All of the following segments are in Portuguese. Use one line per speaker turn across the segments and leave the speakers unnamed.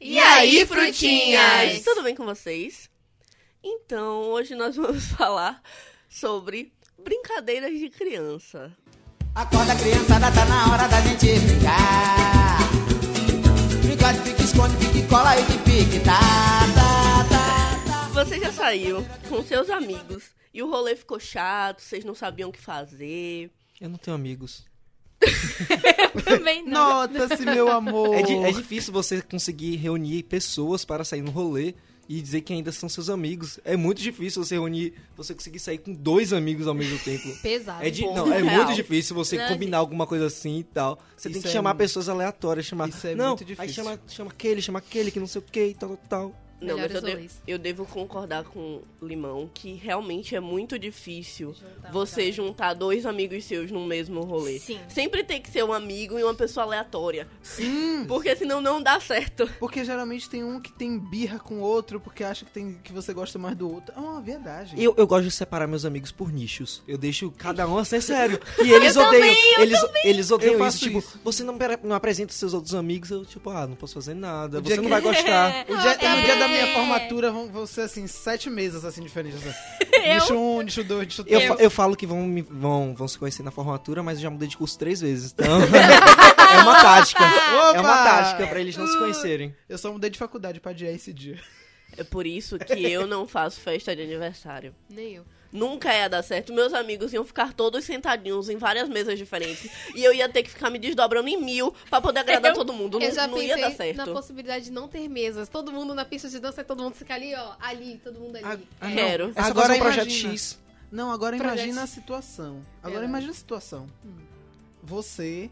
E aí, frutinhas?
Tudo bem com vocês? Então, hoje nós vamos falar sobre brincadeiras de criança.
Acorda, criançada, tá na hora da gente brincar. Brincar de pique, esconde, pique, cola e de pique, tá, tá, tá, tá.
Você já saiu com seus amigos e o rolê ficou chato, vocês não sabiam o que fazer.
Eu não tenho amigos.
Também
né?
não.
Nota-se, meu amor.
É, di-
Oh.
é difícil você conseguir reunir pessoas para sair no rolê e dizer que ainda são seus amigos. É muito difícil você reunir, você conseguir sair com dois amigos ao mesmo tempo.
Pesado.
É, di-
bom.
não, é
Real.
muito difícil você
Não,
combinar alguma coisa assim e tal. Você tem
Isso
que
é
chamar
mu-
pessoas aleatórias, chamar.
Isso é
não,
muito
Aí
difícil.
chama, chama aquele, chama aquele que não sei o que e tal, tal, tal.
Não, mas
Melhores
eu, de-
rolês.
eu devo concordar com o Limão que realmente é muito difícil
Juntar
você
uma
juntar dois amigos seus no mesmo rolê.
Sim.
Sempre tem que ser um amigo e uma pessoa aleatória.
Sim,
Porque senão não dá certo.
porque geralmente tem um que tem birra com o outro porque acha que, tem, que você gosta mais do outro. É uma verdade.
Eu, eu gosto de separar meus amigos por nichos. Eu deixo cada um assim, é sério. E eles odeiam. eles, eles odeiam
Eu
isso.
faço
Tipo,
isso.
você não, pera- não apresenta seus outros amigos, eu, tipo, ah, não posso fazer nada.
O
Você
dia
não
que-
vai gostar.
O dia,
É.
o dia da minha formatura vão, vão ser assim, sete mesas assim diferentes. Assim.
Eu?
Nicho 1, um, nicho 2, nicho
Eu,
3.
fa- eu falo que vão, me- vão, vão se conhecer na formatura, mas eu já mudei de curso três vezes. Então, é uma tática.
Opa!
É uma tática pra eles não se conhecerem.
Eu só mudei de faculdade pra adiar esse dia.
É por isso que eu não faço festa de aniversário.
Nem eu.
Nunca ia dar certo. Meus amigos iam ficar todos sentadinhos em várias mesas diferentes. e eu ia ter que ficar me desdobrando em mil pra poder agradar
Eu-
todo mundo.
Eu
Não,
já
não ia dar
pensei na
certo.
possibilidade de não ter mesas. Todo mundo na pista de dança, todo mundo fica ali, ó. Ali, todo mundo ali.
Ah, ah, não.
Quero.
É só
Agora
fazer um projeto
imagina.
X.
Não, agora
Projeto.
imagina a situação. Agora
Verdade.
imagina a situação.
Hum.
Você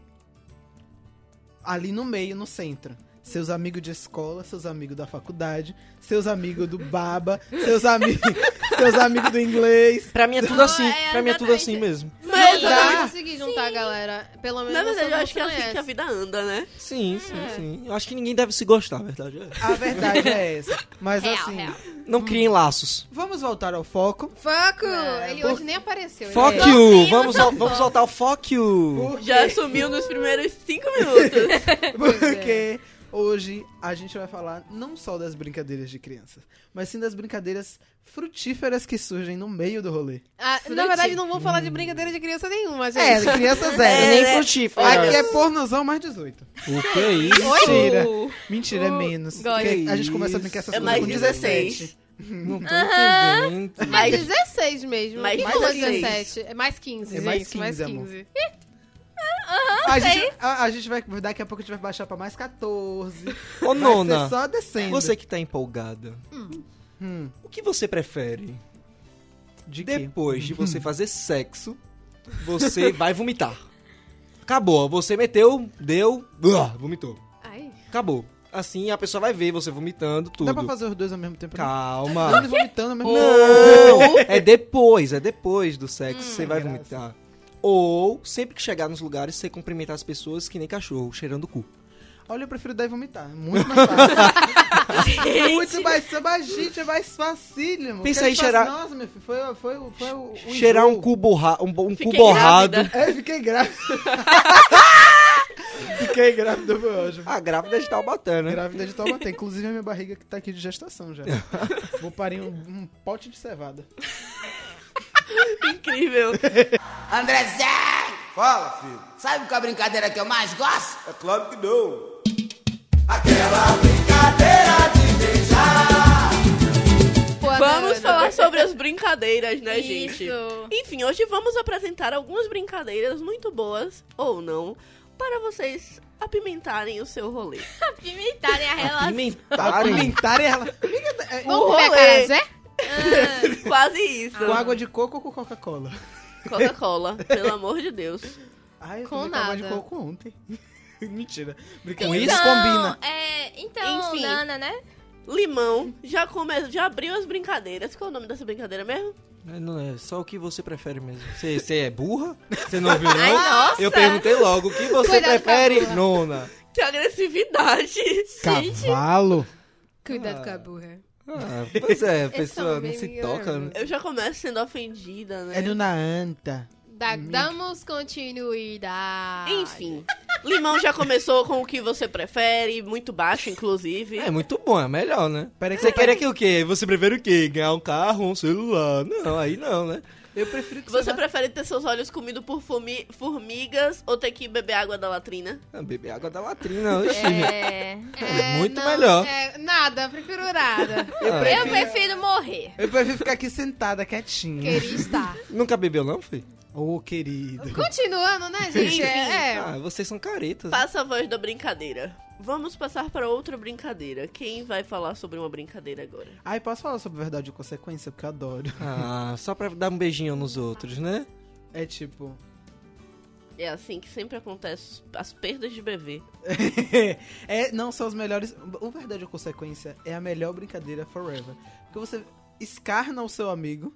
ali no meio, no centro. Seus amigos de escola, seus amigos da faculdade, seus amigos do baba, seus amigos, seus amigos do inglês.
Pra mim é tudo
Não,
assim.
é
pra mim é tudo assim
exatamente.
mesmo.
Mas eu
dá.
não consegui juntar a galera. Pelo menos
Na verdade,
você
eu
não
acho que é assim
conhece.
que a vida anda, né?
Sim, sim,
É.
sim. Eu acho que ninguém deve se gostar, na verdade. é.
A verdade é essa. Mas
Real,
assim,
real.
Não criem laços.
vamos voltar ao foco.
Foco!
Não,
ele
por-
hoje nem apareceu.
Fuck
ele
you!
Sozinho,
Vamos,
tá
sol- vamos soltar o fuck you!
Por
Já sumiu nos primeiros cinco minutos.
Pois é.
Porque hoje a gente vai falar não só das brincadeiras de crianças, mas sim das brincadeiras frutíferas que surgem no meio do rolê.
Ah, na verdade, não vou
Hum.
falar de brincadeira de criança nenhuma, gente.
É, criança
E
zero.
né?
nem
Aqui
frutífero.
é pornozão mais 18.
O que é isso?
Mentira.
Uh,
Mentira, é
Uh,
menos.
gosto.
Porque a gente começa a brincar essas
É
coisas
mais
com
16.
17.
Não tô entendendo.
mais
Mas-
16 É mesmo.
Mas
Quem
mais
falou
16?
17? É mais 15,
É
gente.
mais
Mais 15.
15, amor.
Ah,
A gente, a, a gente vai, daqui a pouco a gente vai baixar pra mais 14.
Ô,
Vai ser
Nona,
só descendo.
você que tá empolgada,
Hum,
o que você prefere?
de quê?
Depois de Hum. você fazer sexo, você vai vomitar. Acabou. Você meteu, deu, uah, vomitou.
Ai,
Acabou. Assim a pessoa vai ver você vomitando tudo.
Dá pra fazer os dois ao mesmo tempo? né?
Calma.
Não, eles vomitando ao mesmo
Não! É depois, é depois do sexo,
Hum,
você vai
Graça.
vomitar. Ou, sempre que chegar nos lugares, você cumprimentar as pessoas que nem cachorro, cheirando o cu.
Olha, eu prefiro dar e vomitar. É Muito mais fácil. Muito mais fácil. Mas, gente, é mais facílimo.
Pensa
Que
aí,
é fácil.
cheirar-
Nossa, meu filho, foi, foi, o- foi o, o
Cheirar um
enjoo.
cu, borra... um, bo- um cu
Fiquei
borrado.
grávida.
É, fiquei grávida. fiquei grávida, foi ótimo.
A Ah, grávida de Taubaté, né?
Grávida de Taubaté. Inclusive, a minha barriga que tá aqui de gestação já. Vou parir um, um pote de cevada.
É Incrível.
Tá
André Zé! Fala, filho. Sabe qual é a brincadeira que eu mais gosto? É claro que não. Aquela brincadeira de beijar.
boa
Vamos
Nana.
falar sobre as brincadeiras, né, gente?
Isso.
Enfim, hoje vamos apresentar algumas brincadeiras muito boas, ou não, para vocês apimentarem o seu rolê.
Apimentarem a relação.
Apimentarem.
Alimentar ela. Amiga, é-
Um
Vamos comer
Um rolê.
acarajé? Ah,
Quase isso.
Com água de coco ou com Coca-Cola?
Coca-Cola, pelo amor de Deus.
Ai, eu
Com
tomei com água de
nada.
coco ontem. Mentira.
Com
Então.
Brincadeira.
isso?
combina.
É, então,
Enfim.
Nana, né?
Limão, já come... já abriu as brincadeiras. Qual é o nome dessa brincadeira mesmo?
É, Não é só o que você prefere mesmo. Você, você é burra? Você não viu, não?
Ai, nossa.
Eu perguntei logo, o que você
Cuidado com a
prefere,
burra.
nona?
Que agressividade.
Cavalo.
Cuidado com a burra.
Ah, pois é, a
Esse
pessoa
homem
não se
me
toca.
ama.
né?
Eu já começo sendo ofendida, né?
É no Naanta.
Da, damos continuidade.
Enfim, Limão já começou com o que você prefere, muito baixo, inclusive.
É muito bom, é melhor, né?
Peraí que
Você
eu-
quer que o quê? Você prefere o quê? Ganhar um carro, um celular? Não, aí não, né?
Eu prefiro que
Você
você...
prefere ter seus olhos comidos por formi- formigas ou ter que beber água da latrina?
Ah, beber água da latrina, oxi.
É.
É muito melhor.
é, nada, prefiro nada.
Ah,
Eu prefiro morrer.
Eu prefiro ficar aqui sentada, quietinha.
Queria estar.
Nunca bebeu, não, filho?
Ô, querido.
Continuando, né, gente? É, é.
Ah, vocês são caretas. né?
Passa a voz da brincadeira. Vamos passar para outra brincadeira. Quem vai falar sobre uma brincadeira agora?
Ai, posso falar sobre verdade ou consequência? Porque eu adoro.
Ah, só pra dar um beijinho nos outros, né?
É tipo...
É assim que sempre acontece as perdas de bebê.
é, não são os melhores... O verdade ou consequência é a melhor brincadeira forever. Porque você escarna o seu amigo...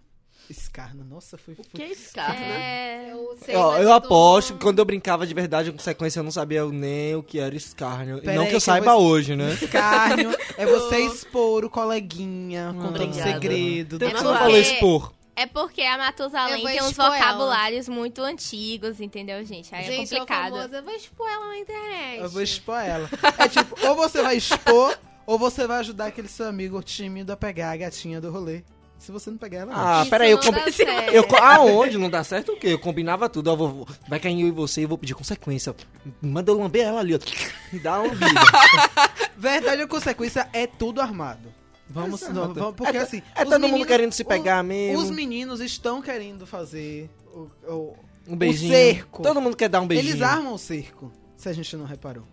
Escarna, nossa, fui...
O que é escarna?
É.
Eu, sei,
Ó,
mas
eu
tô-
aposto que quando eu brincava de verdade, com consequência, eu não sabia nem o que era escárnio.
Pera
não
aí
que eu
que eu
saiba
vou-
hoje, né?
Escárnio é você expor o coleguinha, contando
Hum, Obrigada.
segredo.
Tanto
É
que eu Então, não
porque-
falei expor.
É porque a
Eu
Matusalém
vou
tem uns
expor ela.
vocabulários muito antigos, entendeu, gente? Aí é
Gente,
complicado.
É o famoso, eu vou expor ela na internet.
Eu vou expor ela. É tipo, ou você vai expor, ou você vai ajudar aquele seu amigo tímido a pegar a gatinha do rolê. Se você não pegar ela,
Ah,
Isso
peraí, eu
não
combi...
dá certo.
eu co- Aonde não dá certo o quê? Eu combinava tudo. Ó, vou- Vai cair eu e você e eu vou pedir consequência. Manda eu lamber ela ali, ó. Me dá uma lambida.
verdade ou consequência é tudo armado. Vamos,
Exato.
não, vamos- porque
É to-
assim.
é
os
todo mundo querendo se pegar
os-
mesmo.
Os meninos estão querendo fazer o. o-
Um beijinho.
cerco.
Todo mundo quer dar um beijinho.
eles armam o cerco, se a gente não reparou.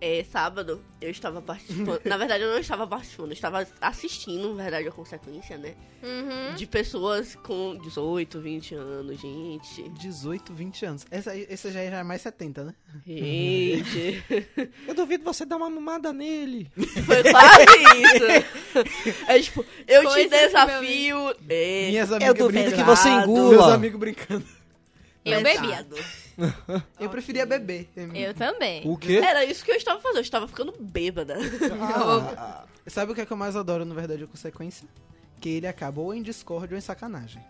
É, sábado eu estava participando. Na verdade, eu não estava participando, eu estava assistindo, na verdade, a consequência, né?
Uhum.
De pessoas com 18, 20 anos, gente.
18, 20 anos. Essa, aí- essa já é mais 70, né?
Gente.
Eu duvido você dar uma mamada nele.
Foi quase isso. É tipo, eu te
Coisas que meu
desafio. É,
Minhas
Eu
amigas
Ah, duvido que
brincando.
você
Meus
Meus
engula.
amigos brincando.
Eu bebia.
pesado.
Eu preferia beber.
Eu também.
O quê? Ah,
Era isso que eu estava fazendo, eu estava ficando bêbada.
Ah, sabe o que, é que eu mais adoro no Verdade ou Consequência? Que ele acaba ou em discórdia ou em sacanagem.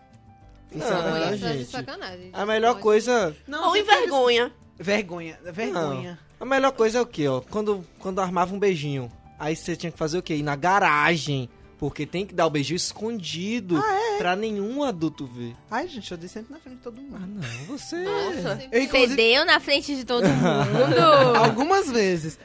Não,
Não,
isso é de
gente.
sacanagem.
A melhor
Pode.
coisa...
Não,
Ou em vergonha.
Vergonha, vergonha.
A melhor coisa é o quê, ó? Quando, quando armava um beijinho, aí você tinha que fazer o quê? Ir na garagem. Porque tem que dar o beijinho escondido pra nenhum adulto ver.
Ai, gente, eu dei sempre na frente de todo
Ah,
mundo.
não, você.
Nossa,
Eu, inclusive,
Cedeu na frente de todo mundo.
algumas vezes.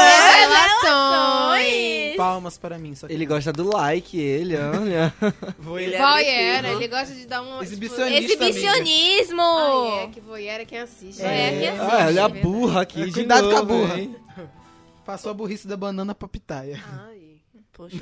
é
Relações.
Palmas para mim, só que
Ele gosta do like, ele, olha.
vou
Ele é
Voyeur, né?
agressivo.
ele gosta de dar uma...
Exibicionista.
Exibicionismo!
Ah, é, que voyeur é quem assiste.
É,
né?
que
É,
Ah,
assiste,
olha a
verdade.
burra aqui, de
Cuidado com a
novo,
burra.
hein?
Passou a burrice da banana pra pitaia.
Ah,
Ai, poxa.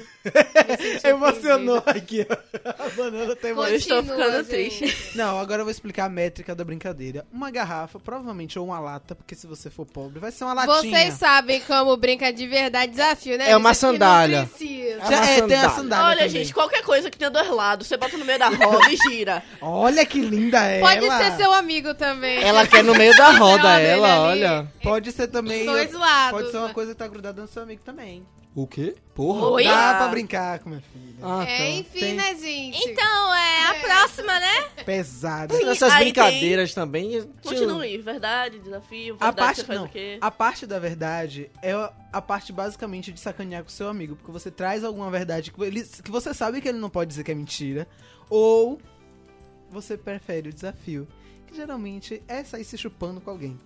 Emocionou aqui. ó. A banana tem
Continua,
Eu estou ficando
gente.
triste.
Não, agora eu vou explicar a métrica da brincadeira. Uma garrafa, provavelmente, ou uma lata, porque se você for pobre, vai ser uma latinha.
Vocês sabem como brinca de verdade desafio, né?
É uma
gente? Aqui não
sandália.
precisa.
Já, é, tem a
sandália.
sandália
Olha,
também.
gente, qualquer coisa que tenha dois lados, você bota no meio da roda e gira.
Olha que linda é ela.
Pode ser seu amigo também.
Ela quer no meio da
é
roda,
Olha ele
ela,
ali.
olha.
Pode ser também.
Dois lados. né?
Pode ser uma coisa que tá grudada no seu amigo também.
O quê? Porra.
Oi?
Dá pra brincar com minha filha.
Ah, tá.
É, enfim,
Tem-
né, gente?
Então, é a
É.
próxima, né?
Pesada.
Essas
Aí tem-
brincadeiras também. eu-
Continue, verdade, desafio,
A
verdade, você
parte,
faz
não,
o quê?
a parte da verdade é a- a parte basicamente de sacanear com seu amigo. Porque você traz alguma verdade que, ele- que você sabe que ele não pode dizer que é mentira. Ou você prefere o desafio. Que geralmente é sair se chupando com alguém.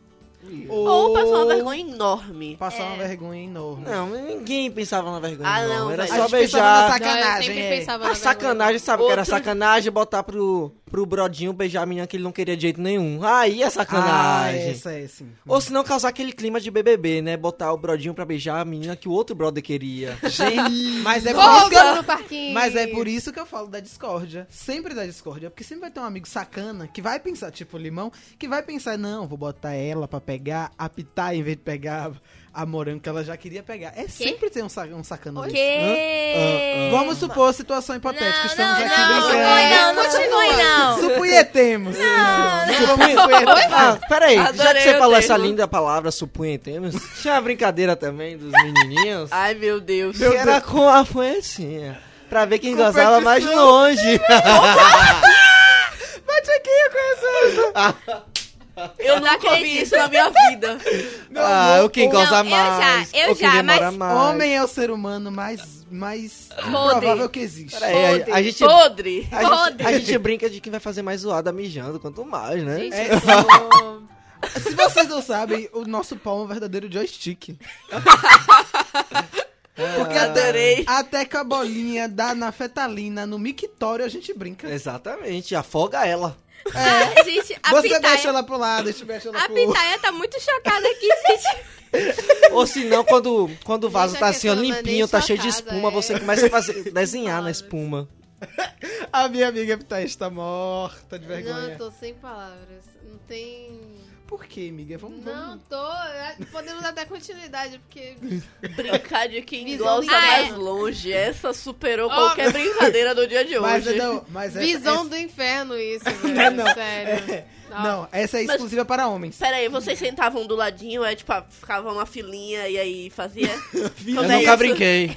Ou passou uma vergonha enorme.
Passar uma vergonha enorme.
Não, ninguém pensava na vergonha.
Ah,
não,
não,
era
velho.
só
A gente
beijar.
pensava na
Não, eu
sacanagem,
sempre
é.
pensava
A
na
sacanagem, sabe o que era
né? Outro-
sacanagem? Botar pro, pro brodinho beijar a menina que ele não queria de jeito nenhum. Aí é
Ah,
sacanagem.
essa é sim.
Ou se não, causar aquele clima de BBB, né? Botar o brodinho pra beijar a menina que o outro brother queria.
Gente, mas é por isso que eu
Volta no parquinho.
Mas é por isso que eu falo da discórdia. Sempre da discórdia. Porque sempre vai ter um amigo sacana que vai pensar, tipo o limão, que vai pensar, não, vou botar ela pra pegar a pitar em vez de pegar a morango que ela já queria pegar. É sempre ter um, sa- um sacana
O
desse.
quê?
Vamos supor situação
Não,
hipotética.
não,
Estamos aqui
não,
brincando.
não foi não, não
É, Continua.
foi não.
Supunhetemos.
ah, peraí, já que
Adorei
você
o
falou
termo.
essa linda palavra, supunhetemos, tinha a brincadeira também dos menininhos.
Ai, Ah, meu Deus.
que era com a punhetinha. Pra ver quem gozava mais
Competição.
longe.
Eu
não
nunca vi
acredito.
isso na minha vida.
Ah, eu quem
Não,
goza
eu já,
mais.
eu
quem
já,
demora
mas
mais.
Homem é o ser humano mais, mais
Podre.
provável que existe.
Peraí, a, a gente, a,
Podre.
gente,
Podre.
a gente brinca de quem vai fazer mais zoada mijando, quanto mais, né?
Gente,
É,
eu sou-
Se vocês não sabem, o nosso pau é um verdadeiro joystick. Porque
Adorei.
até, até com a bolinha da nafetalina no mictório a gente brinca.
É. Exatamente, afoga ela.
Ah, gente, a
É. Você
pitaia...
mexe ela pro lado, a gente mexe ela
A
pro outro.
pitaia tá muito chocada aqui, gente.
Ou se não, quando, quando o vaso
Gente,
tá
a
assim, ó,
questão não é
limpinho,
nem
tá
sua
cheio de
casa,
espuma,
é.
você começa a fazer, desenhar na espuma.
A minha amiga pitaia está morta de
Não, eu
vergonha.
tô sem palavras. Não tem.
Por quê, amiga? Vamos,
Não,
vamos...
tô. é, Podemos dar até continuidade, porque.
Brincar de quem
Visão
gosta
do
mais
Ah, é.
inferno.
longe. Essa superou
Ó.
qualquer brincadeira do dia de
Mas, é
hoje.
não, mas essa,
Visão
essa-
do inferno, isso, velho.
Não, não.
Sério.
Não, essa é
Mas-
exclusiva para homens.
Pera aí, vocês sentavam do ladinho, é tipo, ficava uma filinha e aí fazia. Como
Eu
é
nunca
isso?
brinquei.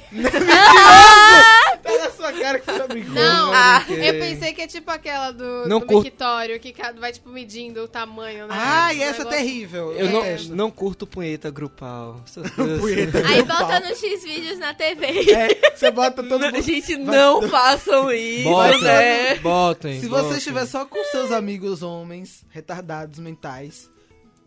Tá na sua cara que você tá brincando.
Não,
Ah.
eu pensei que é tipo aquela do,
Não
do
curto.
mictório, que ca- vai, tipo, medindo o tamanho, né?
Ah,
Do
e essa é
negócio.
terrível. É,
Eu não,
detesto.
não curto punheta grupal. essas coisas
Punheta.
Aí
Meu
bota
pau.
no X vídeos na TV.
É, você bota todo
Não,
mundo.
gente, não façam
assim.
isso,
Botem,
né?
é. botem.
Se
botem.
você estiver só com seus amigos homens, retardados mentais,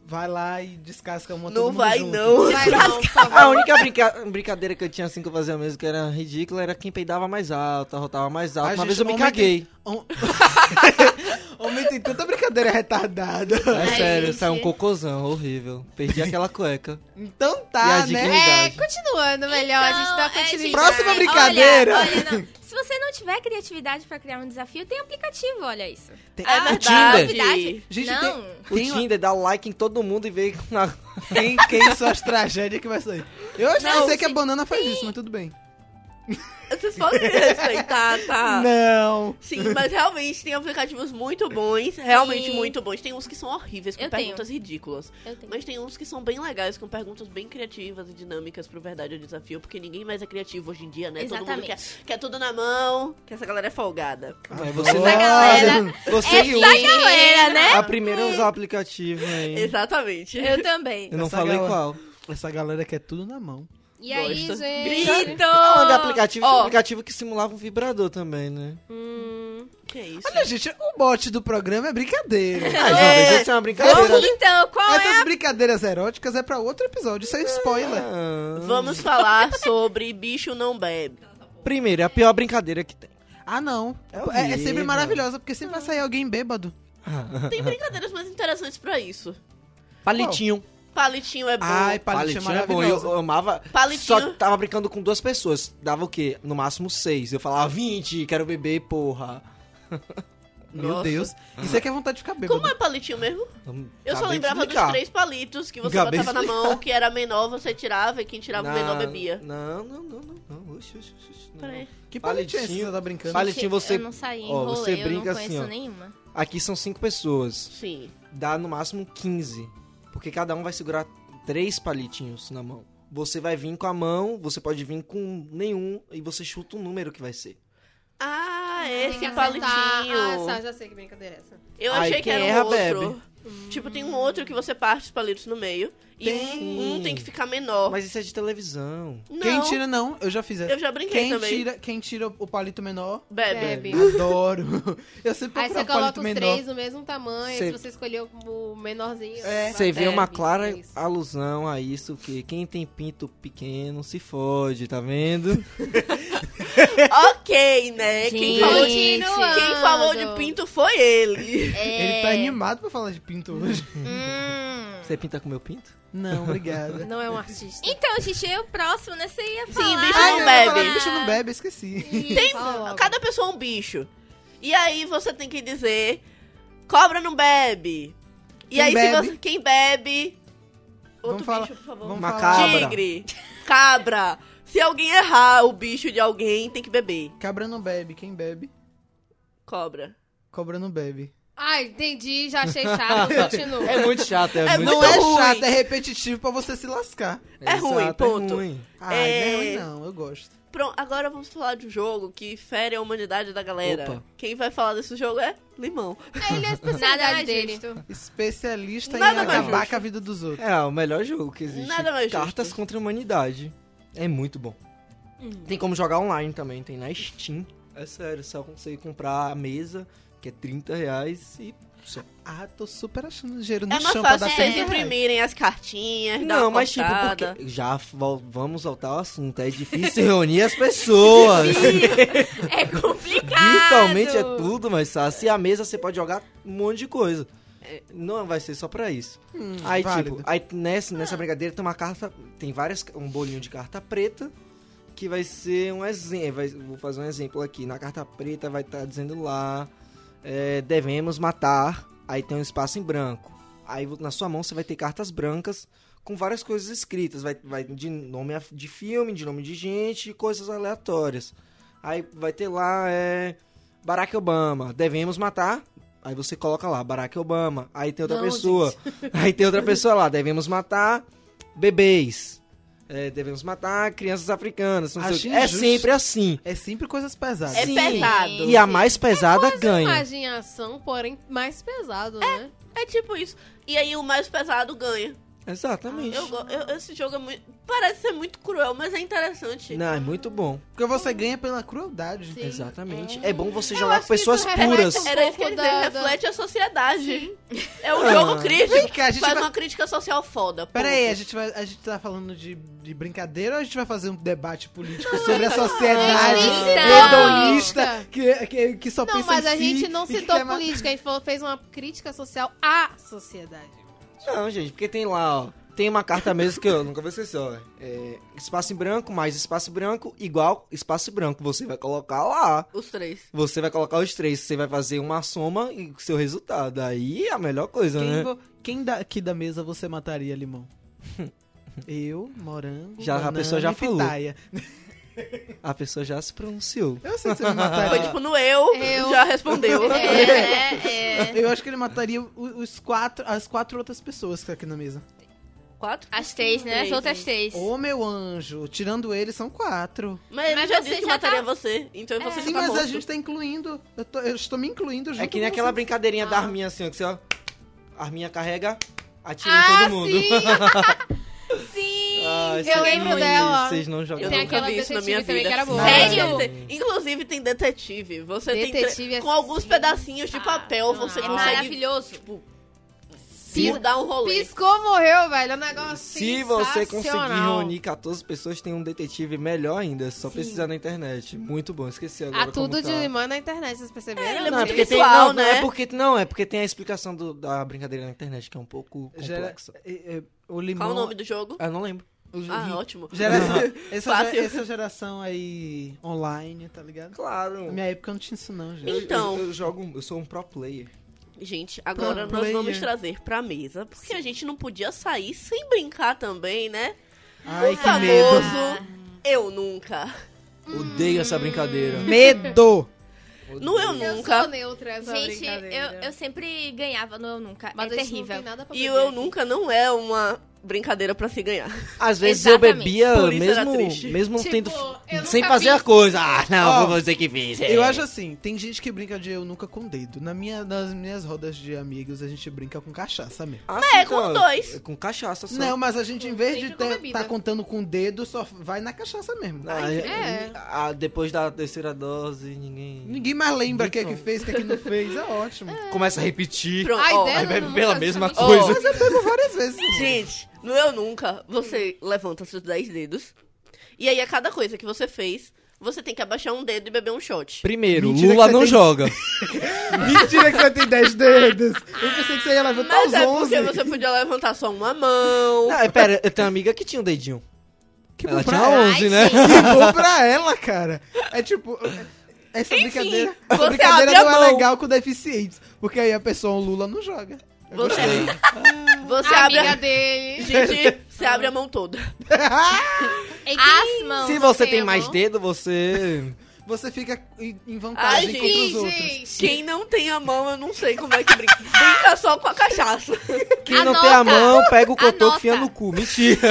vai lá e descasca uma todo
Não
mundo
vai,
junto.
não.
Vai, não, por favor.
A única brinca- brincadeira que eu tinha assim que eu fazia mesmo, que era ridícula, era quem peidava mais alto, arrotava mais alto.
A
Uma
gente-
vez eu me
homem tem-
caguei.
Hom- Homem tem tanta brincadeira retardada.
É
Ai,
sério,
gente.
saiu um cocôzão horrível. Perdi aquela cueca.
Então
E a
tá,
dica
né?
É,
Verdade.
continuando melhor, a gente
Então,
dá
é,
continuidade.
gente,
Próxima
olha,
brincadeira.
olha, não. Se você não tiver criatividade pra criar um desafio, tem aplicativo, olha isso.
Tem-
É
o
verdade.
Ah, tá. Novidade?
Gente,
não.
O
Tem uma-
Tinder dá like em todo mundo e vê na...
é Quem, quem são as tragédias que vai sair? Eu
Não,
sei que a
sim,
banana faz isso, mas tudo bem.
Vocês podem me respeitar, tá?
Não.
Sim, mas realmente tem aplicativos muito bons, realmente
Sim.
muito bons. Tem uns que são horríveis, com
Eu tenho.
perguntas ridículas.
Eu tenho.
Mas tem uns que são bem legais, com perguntas bem criativas e dinâmicas pro Verdade ou Desafio, porque ninguém mais é criativo hoje em dia, né? Todo mundo
Exatamente.
quer, quer tudo na mão, que essa galera é folgada.
Mas você,
Essa
galera-
você e
Essa
o...
galera, né?
A primeira a usar o aplicativo, hein?
Exatamente.
Eu também.
Eu não
Essa
falei
galera-
qual.
Essa galera quer tudo na mão.
E aí,
Gosto.
gente?
Grito!
Falando de aplicativo, tinha um
Ó.
aplicativo que simulava um vibrador também, né?
Que é isso?
Olha, gente, o bote do programa é brincadeira.
Ah, jovens, isso é uma brincadeira.
Vamos então, qual é
Essas brincadeiras eróticas é pra outro episódio, isso é spoiler.
Ah.
Vamos falar sobre bicho não bebe.
Primeiro, é a pior brincadeira que tem.
Ah, não.
É
É, é
horrível.
sempre maravilhosa, porque sempre
Ah.
vai sair alguém bêbado.
Tem brincadeiras mais interessantes pra isso.
Palitinho.
Palitinho é bom.
Ai, palitinho,
Palitinho é bom. Eu,
maravilhoso.
eu amava.
Palitinho.
Só que tava brincando com duas pessoas. Dava o quê? No máximo seis. Eu falava, 20, quero beber, porra.
Meu
Nossa.
Deus. Isso aqui é vontade de ficar bêbado.
Como é palitinho mesmo? Eu só
Acabei de
lembrava
tá explicar.
dos três palitos que você
Acabei de
botava na mão, que era menor, você tirava, e quem tirava o menor bebia.
Não, não, não, não. não. Oxi, oxi, oxi, oxi, não.
Peraí.
Que palitinho
Palitinho.
você tá brincando?
Palitinho, você.
Eu não saí em
ó,
rolê,
você
eu não
brinca
conheço
assim, ó.
nenhuma.
Aqui são cinco pessoas.
Sim.
Dá no máximo 15. Porque cada um vai segurar três palitinhos na mão. Você vai vir com a mão, você pode vir com nenhum, e você chuta o número que vai ser.
Ah,
Tem que
esse
é, acertar.
palitinho.
Ah, tá, já sei que brincadeira é essa.
Eu
Ai,
achei que
quem
era um
erra,
outro. Tipo, tem um outro que você parte os palitos no meio. E
Tem.
um, um tem que ficar menor.
Mas isso é de televisão.
Não,
Quem tira, não. Eu já fiz essa.
eu já brinquei
Quem
também.
tira, quem tira o palito menor,
Bebe.
Bebe.
adoro. Eu sempre
Aí você
procuro um palito
coloca os
menor.
três do mesmo tamanho,
Cê-
se você escolheu o menorzinho.
É.
Você vê
É,
uma
bebe,
clara
é isso.
alusão a isso que quem tem pinto pequeno se fode, tá vendo?
ok, né? Quem
Gente.
falou, de,
Continuando.
quem falou de pinto foi ele.
Ele tá animado pra falar de pinto hoje.
Hum.
Você pinta com meu pinto?
Não, obrigada.
Não é um artista.
Então, Xixi, o próximo, né? Você ia falar. Ah,
bicho Ah, não
Ai, eu ia
bebe.
falar que bicho não bebe, esqueci.
Tem
Cada pessoa é um bicho. E aí você tem que dizer: cobra não bebe. E
Quem
aí,
bebe?
se você. Quem bebe. Outro
Vamos falar-
bicho, por favor.
Vamos
Uma
falar.
cabra.
Tigre. Cabra. Se alguém errar o bicho de alguém, tem que beber.
Cabra não bebe. Quem bebe,
Cobra.
cobra não bebe.
Ah, entendi, já achei chato, continua.
É muito chato, é,
É
muito
Não
muito
é
ruim.
chato, é repetitivo pra você se lascar.
É ruim,
Exato,
ponto.
É ruim.
Ah,
É.
não é ruim não, eu gosto.
Pronto, agora vamos falar de um jogo que fere a humanidade da galera.
Opa.
Quem vai falar desse jogo é Limão.
Ele é
Nada
especialidade dele.
justo.
Especialista
Nada
em
mais
acabar
justo.
com a vida dos outros.
É o melhor jogo que existe.
Nada mais justo.
Cartas contra a Humanidade. É muito bom.
Hum.
Tem como jogar online também, tem na Steam. É sério, só consegue comprar a mesa, que é 30 reais e só.
Ah, tô super achando dinheiro no
é mais
chão pra dar
fácil
30
vocês
reais.
imprimirem as cartinhas, É dar
Não,
uma
mas tipo,
cortada.
porque... já vol- vamos voltar ao assunto. É difícil reunir as pessoas.
É complicado.
Virtualmente é tudo mais fácil. E a mesa você pode jogar um monte de coisa. Não vai ser só pra isso. aí,
Hum, válido.
tipo, aí nessa, nessa brincadeira tem uma carta. Tem várias. Um bolinho de carta preta. Que vai ser um exemplo. Vou fazer um exemplo aqui. Na carta preta vai estar dizendo lá. é, devemos matar. Aí tem um espaço em branco. Aí vo- na sua mão você vai ter cartas brancas com várias coisas escritas. Vai, vai de nome a- de filme, de nome de gente, coisas aleatórias. Aí vai ter lá, é. Barack Obama, devemos matar. Aí você coloca lá, Barack Obama. Aí tem outra
Não,
pessoa. Aí tem outra pessoa lá, devemos matar bebês. É, devemos matar crianças africanas. não sei o
Acho
quê. É
injusto.
sempre assim.
É sempre coisas pesadas.
É
Sim.
pesado.
E a
É
mais pesada
Ah,
ganha.
Imaginação, porém, mais pesado, né?
É tipo isso. E aí o mais pesado ganha.
Exatamente.
Eu, go- eu- esse jogo é muito. Parece ser muito cruel, mas é interessante.
Não, é muito bom.
Porque você ganha pela crueldade.
Sim.
Exatamente. É bom você
Eu
jogar
acho
com
que isso
pessoas
reflete
puras.
um
Era isso que
pouco
ele dizer,
da- da-
reflete a sociedade. É um
Ah.
jogo crítico.
Vem cá, a gente
Faz
vai-
uma crítica social foda.
Pera aí, a
ponto.
gente, vai, a gente tá falando de, de brincadeira ou a gente vai fazer um debate
É
político sobre a sociedade
É, não.
hedonista que, que, que só
Não,
pensa
mas
em
a
assim
si
gente não
e que
citou
quer ma-
política, a gente falou- fez uma crítica social à sociedade.
Não, gente, porque tem lá, ó. Tem uma carta mesmo que eu nunca vou esquecer, ó. É, espaço em branco, mais espaço branco, igual espaço branco. Você vai colocar lá.
Os três.
Você vai colocar os três. Você vai fazer uma soma e o seu resultado. Aí é a melhor coisa,
Quem,
né?
vo- quem daqui da mesa você mataria, Limão? Eu, morango,
Já- a
banana
pessoa já
e
falou.
pitaia.
A pessoa já se pronunciou.
Eu sei que você me mataria.
Foi tipo no eu,
Eu.
já respondeu.
É, né? É.
Eu acho que ele mataria o- os quatro, as quatro outras pessoas que tá aqui na mesa.
Quatro?
As três, né? As outras três.
Ô, meu anjo, tirando ele, são quatro.
Mas ele
Mas
já
você
disse que
já
mataria
tá-
você. Então você
Sim,
tá
mas a
morto.
gente tá incluindo. Eu, tô- eu estou me incluindo junto
É que nem
com
aquela
você.
brincadeirinha da
Ah.
arminha assim, ó. Que você, ó. A arminha carrega, atira em
Ah,
todo mundo.
sim!
Sim!
Ah, isso
eu
é
lembro
muito-
dela.
Vocês não jogam.
Eu
Tem
nunca
aquela
vi isso na minha
detetive também
vida.
que era boa.
Sério?
Tem- Inclusive tem detetive. Você tem
Detetive
tre-
é
com alguns pedacinhos de papel você
É
consegue
maravilhoso.
tipo,
Pis-
mudar um rolê.
Piscou, morreu, velho. É um negócio
Se você conseguir
sensacional.
reunir 14 pessoas, tem um detetive melhor ainda. Só precisar na internet. Muito bom, esqueci
A
agora.
Ah, tudo
como
de
tá.
limão na internet, vocês perceberam?
ele é
não, é
muito
porque tem,
visual,
não, não,
né?
é porque não, é porque tem a explicação do- da brincadeira na internet que é um pouco
Gera-
complexa.
é, é, o
Qual
limão.
o nome do jogo?
Ah, Eu não lembro.
Ah, ótimo.
Geração, essa,
Fácil.
gera- essa geração aí online, tá ligado?
Claro.
Na minha época eu não tinha isso, não, gente.
Eu- eu-
Então.
eu, jogo, eu sou um pro player.
Gente, agora
Pro
nós
player.
vamos trazer pra mesa, porque a gente não podia sair sem brincar também, né?
Ai,
o
que medo.
famoso Eu Nunca.
Odeio essa
Hum.
brincadeira.
Medo!
No Eu
Eu
Nunca.
sou neutra essa
Gente,
brincadeira.
eu, eu sempre ganhava no Eu Nunca.
Mas isso
é
é não
terrível.
tem nada pra
E
perder
o Eu
aqui.
Nunca não é uma brincadeira pra se ganhar.
Às vezes eu
Exatamente.
bebia
Por isso era triste.
mesmo, mesmo não
Tipo,
tendo,
eu
sem
nunca
fazer a
fiz.
coisa. Ah, não,
Ó,
vou dizer que fiz. é.
Eu acho assim, tem gente que brinca de eu nunca com dedo. Na minha, nas minhas rodas de amigos, a gente brinca com cachaça mesmo.
Ah,
é com dois.
é Com cachaça só.
Não, mas a gente, em vez de
Sempre com
ter-
bebida.
tá contando com o dedo, só vai na cachaça mesmo.
Ah,
é.
é- ah, depois da terceira dose, ninguém.
Ninguém mais lembra o que é que
Então.
fez, o que é que não fez. É ótimo.
Começa a repetir.
Pronto.
A
ó,
ideia
Aí
do
bebe
Nunca
pela
é
mesma
justamente-
coisa.
Mas eu pego várias vezes.
Gente, no Eu Nunca, você levanta seus 10 dedos. E aí, a cada coisa que você fez, você tem que abaixar um dedo e beber um shot.
Primeiro,
Mentira
Lula
que você
não
tem-
joga.
Mentira que você tem 10 dedos. Eu pensei que você ia levantar
Mas
os
é
11.
porque você podia levantar só uma mão.
Não, é, pera, eu tenho uma amiga que tinha um dedinho.
Que bom
Ela
Tipo, pra
tinha
ela.
11, né?
Que bom pra ela, cara. É tipo... Essa
Enfim,
brincadeira,
você
essa brincadeira
abre a
não
mão.
é legal com deficientes. Porque aí a pessoa, o Lula, não joga. Eu
Você-
gostei.
Você
A
abre
Ah, amiga
a...
dele.
Gente, você abre a mão toda.
Ei, quem-
Asma.
Se você
não
tem
tem
mais
mão.
dedo, você.
você fica em em vantagem
Ai,
contra os
Sim,
outros.
gente.
Quem não tem a mão, eu não sei como é que brinca. Brinca só com a cachaça.
Quem não tem a
Anota.
mão, pega o cotoco
Anota.
e fia no cu. Mentira.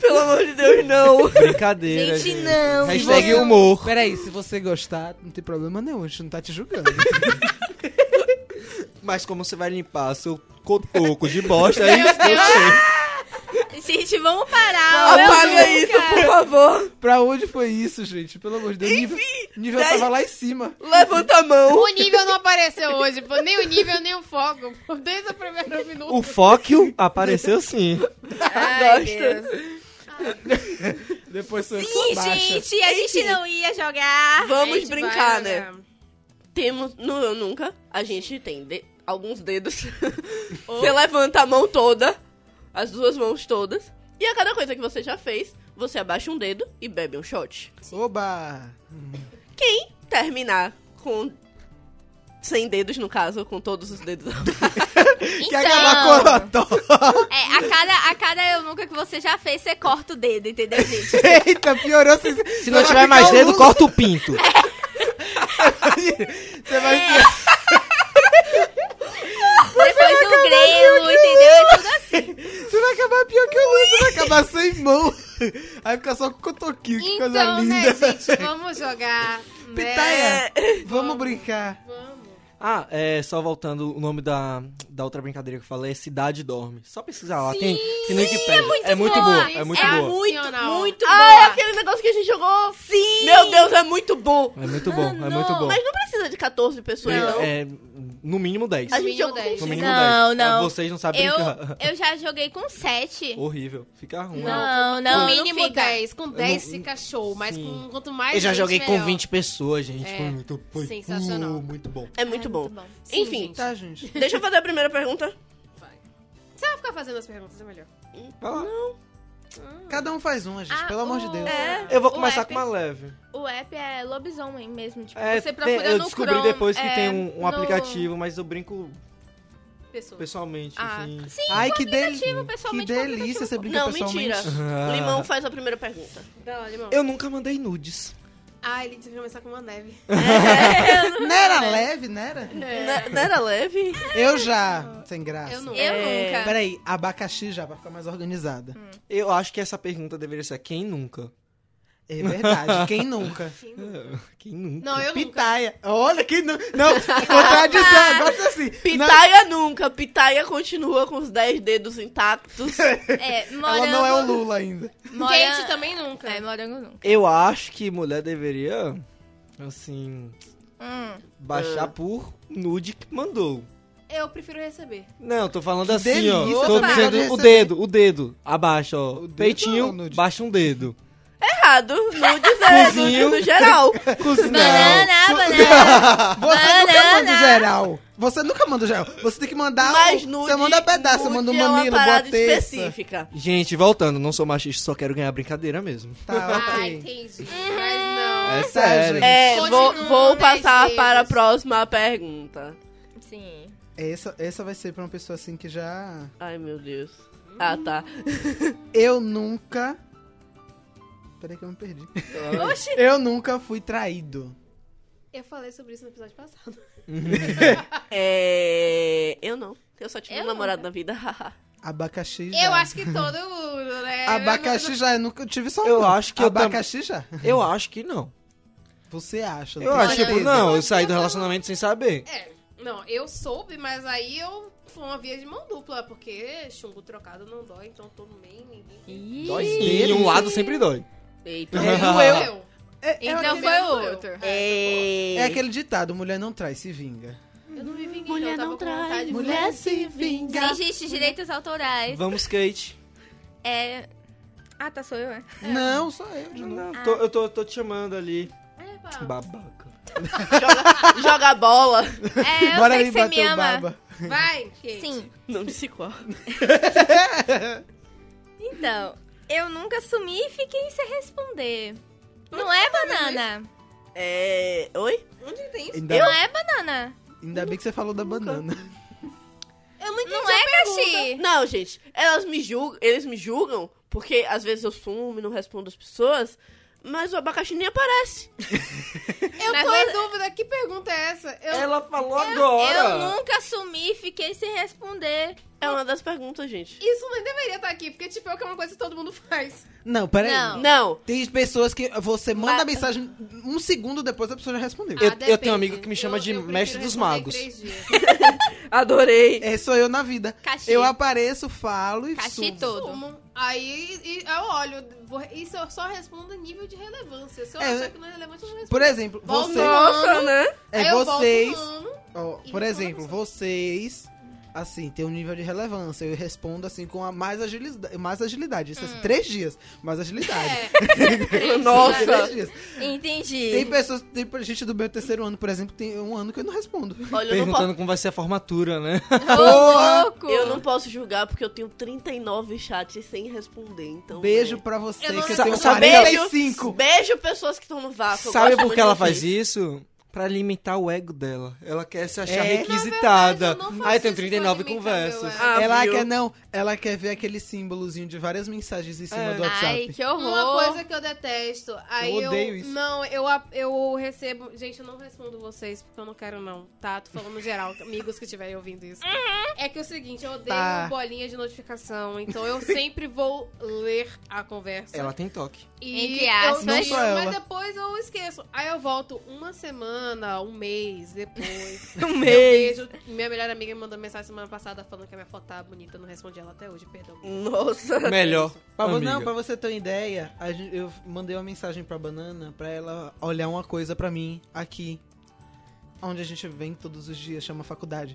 Pelo amor de Deus, não.
Brincadeira, gente.
Gente, não.
Hashtag
não.
humor.
Peraí, se você gostar, não tem problema nenhum, a gente não tá te julgando.
Mas como você vai limpar seu cotoco de bosta, aí
Meu
É eu sei.
Gente, vamos parar. meu
Apaga
Deus,
isso,
cara.
por favor.
pra onde foi isso, gente? Pelo amor de Deus. Nível, nível
daí-
tava lá em cima.
Levanta a mão.
O nível não apareceu hoje, pô. Nem o nível, nem o foco. pô. Desde o primeiro minuto.
O Fóquio apareceu sim.
Ai,
Gosta.
Deus.
Depois foi
Sim, gente, a gente não ia jogar.
A
Vamos
gente
brincar,
vai
né?
jogar.
Temos. nu- eu nunca. A gente tem de- alguns dedos. você levanta a mão toda, as duas mãos todas. E a cada coisa que você já fez, você abaixa um dedo e bebe um shot.
Oba!
Quem terminar com. Sem dedos, no caso, com todos os dedos. Então.
Quer acabar com a torta?
Então, É, a cada, a cada eu nunca que você já fez, você corta o dedo, entendeu, gente?
Eita, piorou. Você,
Se não tiver mais
um
dedo, corta o pinto.
Você vai
Depois o grelo, entendeu? É tudo assim.
Você vai acabar pior que o Lu, você vai acabar sem mão. Aí fica só com cotoquinho, que
Então,
coisa
né,
linda.
gente, vamos jogar. né?
Pitaia, vamos brincar.
Vamos.
Ah, é, só voltando, o nome da, da outra brincadeira que eu falei é Cidade Dorme. Só pesquisar lá, tem, tem no Wikipedia. É muito, boa, é muito
é
boa.
Muito, muito
Ah, é aquele negócio que a gente jogou. Sim! Meu Deus, é muito bom.
É muito bom, é muito bom.
Mas não precisa de 14 pessoas, não.
É, no mínimo 10.
A
No
gente
mínimo
jogou
dez.
com
No
cinco.
mínimo
Não,
10.
não.
Ah, Vocês não sabem
Eu,
brincar.
eu já joguei com 7.
Horrível. Fica ruim.
Não,
No
não, não
mínimo
fica.
10. Com 10
não-
fica show, mas
Sim.
com, quanto mais.
Eu já
gente,
joguei com
melhor.
20 pessoas, gente.
É.
Foi muito foi,
Sensacional.
uh, muito bom.
É muito bom.
Sim,
Enfim.
gente.
Tá, gente.
Deixa eu fazer a primeira pergunta.
Vai. Você vai ficar fazendo as perguntas, é melhor.
Vai lá.
Cada um faz uma, gente,
Ah,
pelo amor de
o-
Deus.
é.
Eu vou
O
começar
app-
com uma leve.
O app é lobisomem mesmo. Tipo,
É,
você
tem-
procura
eu
no
descobri
Chrome,
depois que
é,
tem um, um
no-
aplicativo, mas eu brinco
Pessoa.
pessoalmente,
Ah,
assim.
Sim,
Ai, que, del... que
pessoalmente, com
delícia você brincar
Não,
pessoalmente.
mentira.
Ah.
Limão faz a primeira pergunta.
Dá lá, limão.
Eu nunca mandei nudes.
Ah, ele devia começar com uma neve.
Não era leve, não era?
É.
N- Não era leve?
Eu já, sem graça.
Eu não.
É.
Eu nunca.
Peraí, abacaxi já, pra ficar mais organizada.
Eu acho que essa pergunta deveria ser quem nunca?
É verdade, quem nunca?
Quem nunca?
Não, eu nunca.
Pitaia. Olha quem não. Não, contradição, gosta assim. Na-
Pitaia nunca. Pitaia continua com os 10 dedos intactos.
É,
Ela
morango,
não é
um
o Lula ainda.
morango-
Gente, também nunca.
É, morango nunca.
Eu acho que mulher deveria, assim,
Hum.
Ah.
baixar por nude que mandou.
Eu prefiro receber.
Não, tô falando
Que
assim, ó.
delícia,
Tô
tá?
dizendo o
Receber.
dedo, o dedo. Abaixa, ó.
O dedo ou
Peitinho,
nude?
baixa um dedo.
Errado. Nudes é
Cozinho.
nudes no geral.
Cozinha.
Banana, banana.
Você nunca
Banana.
manda o geral. Você nunca manda o geral. Você tem que mandar.
Mas
o-
nude,
Você manda pedaço, você
nude
manda um
é uma
mamilo, boa
parada
terça.
específica.
Gente, voltando, não sou machista, só quero ganhar brincadeira mesmo.
Tá,
Ah,
ok.
entendi. Mas não.
É
Tá,
sério.
Hum.
gente.
É, vou,
Continua,
vou
né,
dez
passar
dedos.
para a próxima pergunta.
Sim.
Essa, essa vai ser pra uma pessoa assim que já.
Ai, meu Deus. Ah, tá.
Eu nunca. Peraí que eu me perdi.
Oxi.
Eu nunca fui traído.
Eu falei sobre isso no episódio passado.
É... Eu não. Eu só tive
Eu
um
não, né?
namorado na vida. haha.
Abacaxi já.
Eu acho que todo mundo, né?
Abacaxi já, eu nunca tive só um.
Eu acho que eu tam-
Abacaxi já.
Eu acho que não.
Você acha?
Eu
tem
acho,
certeza?
tipo, não, eu saí do relacionamento sem saber.
É, não, eu soube, mas aí eu foi uma via de mão dupla, porque chumbo trocado não dói, então tô bem, ninguém.
Ih,
Dói sim. E um lado sempre dói.
Eita.
Eu-
Eu.
É, é
Então
aquele-
foi o outro.
Ei.
É aquele ditado: mulher não trai, se vinga.
Eu não me vinguei,
Mulher
não,
não
eu tava com vontade
trai,
de-
mulher se
vinga.
Sim, gente, direitos autorais.
Vamos, Kate.
É. Ah, tá, sou eu,
né?
é?
Não, só eu de novo.
Não, tô- eu tô, tô te chamando ali.
É, pá.
Babaca.
Joga, joga bola.
É, eu
Bora
sei
ali
que você me
bater o
ama.
baba.
Vai, Kate.
Sim.
Não disse qual.
Então, eu nunca sumi e fiquei sem responder. Não é banana.
É... Oi?
Onde tem isso?
Ainda,
Não é banana.
ainda bem que você falou da banana.
Eu não entendi
Não
a
é,
pergunta.
Caxi?
Não, gente, elas me julgam, eles me julgam, porque às vezes eu sumo e não respondo as pessoas, mas o abacaxi nem aparece.
Eu
Mas
tô
você-
em dúvida, que pergunta é essa? Eu,
Ela falou
Eu
agora.
nunca sumi e fiquei sem responder.
É uma das perguntas, gente.
Isso nem deveria estar aqui, porque tipo, é uma coisa que todo mundo faz.
Não, peraí.
Não.
Não,
Tem pessoas que você manda
Mas-
a mensagem um segundo depois a pessoa já respondeu.
Eu-
Ah, depende.
tenho um amigo que me chama de
prefiro
mestre dos
responder em
magos.
três dias.
adorei.
É, sou eu na vida.
Caxi.
Eu apareço, falo e
Caxi
sumo.
todo.
Sumo. Aí e- eu olho, vou- isso eu só respondo em nível de relevância. Se eu
É,
achar que não é relevante, eu não respondo.
Por exemplo,
Volta.
você,
Nossa, né?
Aí
é
eu volto
vocês,
um ano, e
ó, por
respondo a
exemplo,
pessoa.
vocês assim, tem um nível de relevância. Eu respondo assim com a mais agilidade, mais agilidade. Isso
Hum.
assim, três dias, mais agilidade.
É.
Três
Nossa.
dias.
Entendi.
Tem pessoas, tem gente do meu terceiro ano, por exemplo, tem um ano que eu não respondo.
Olha, eu não, posso,
Perguntando como vai ser a formatura, né?
Ô, louco.
eu não posso julgar porque eu tenho 39 chats sem responder, então...
Beijo
né.
pra você,
Eu não
que eu
respondo.
tenho
Sabe-
45.
Beijo pessoas que estão no vácuo. Ah, eu
Sabe
gosto
por
muito
que ela
de
faz
vocês.
isso? Pra limitar o ego dela. Ela quer se achar
É.
requisitada.
Na verdade, eu não
Aí
faço
tem
isso pra
39
limitar meu
conversas.
ego.
Ah,
ela
viu?
quer não, ela quer ver aquele símbolozinho de várias mensagens em cima
É.
Ah.
do
Ai,
WhatsApp.
que horror.
Uma coisa que eu detesto. Aí eu,
odeio isso.
Não, eu, a- eu recebo. Gente, eu não respondo vocês porque eu não quero, não. Tá? Tô falando geral, amigos que estiverem ouvindo isso.
Uhum.
É que é o seguinte, eu odeio
Tá.
bolinha de notificação. Então eu sempre vou ler a conversa.
Ela tem toque.
E
Entre
eu
aspas.
Não só
mas
ela.
depois eu esqueço. Aí eu volto uma semana, um mês depois.
Um
Eu
mês.
vejo. Minha melhor amiga me mandou mensagem semana passada falando que a minha foto tá bonita. Eu não respondi ela até hoje, perdão.
Nossa.
Melhor.
Pra vo- não,
amiga.
pra você ter uma ideia, a gen- eu mandei uma mensagem pra Banana pra ela olhar uma coisa pra mim aqui. Onde a gente vem todos os dias, chama faculdade.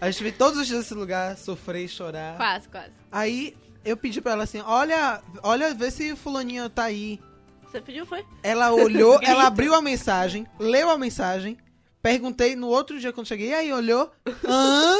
a gente vem todos os dias nesse lugar, sofrer e chorar.
Quase, quase.
Aí eu pedi pra ela assim: olha, olha, vê se fulaninha tá aí.
Você pediu, foi?
Ela olhou, ela abriu a mensagem, leu a mensagem. Perguntei no outro dia quando cheguei, e aí olhou. Hã?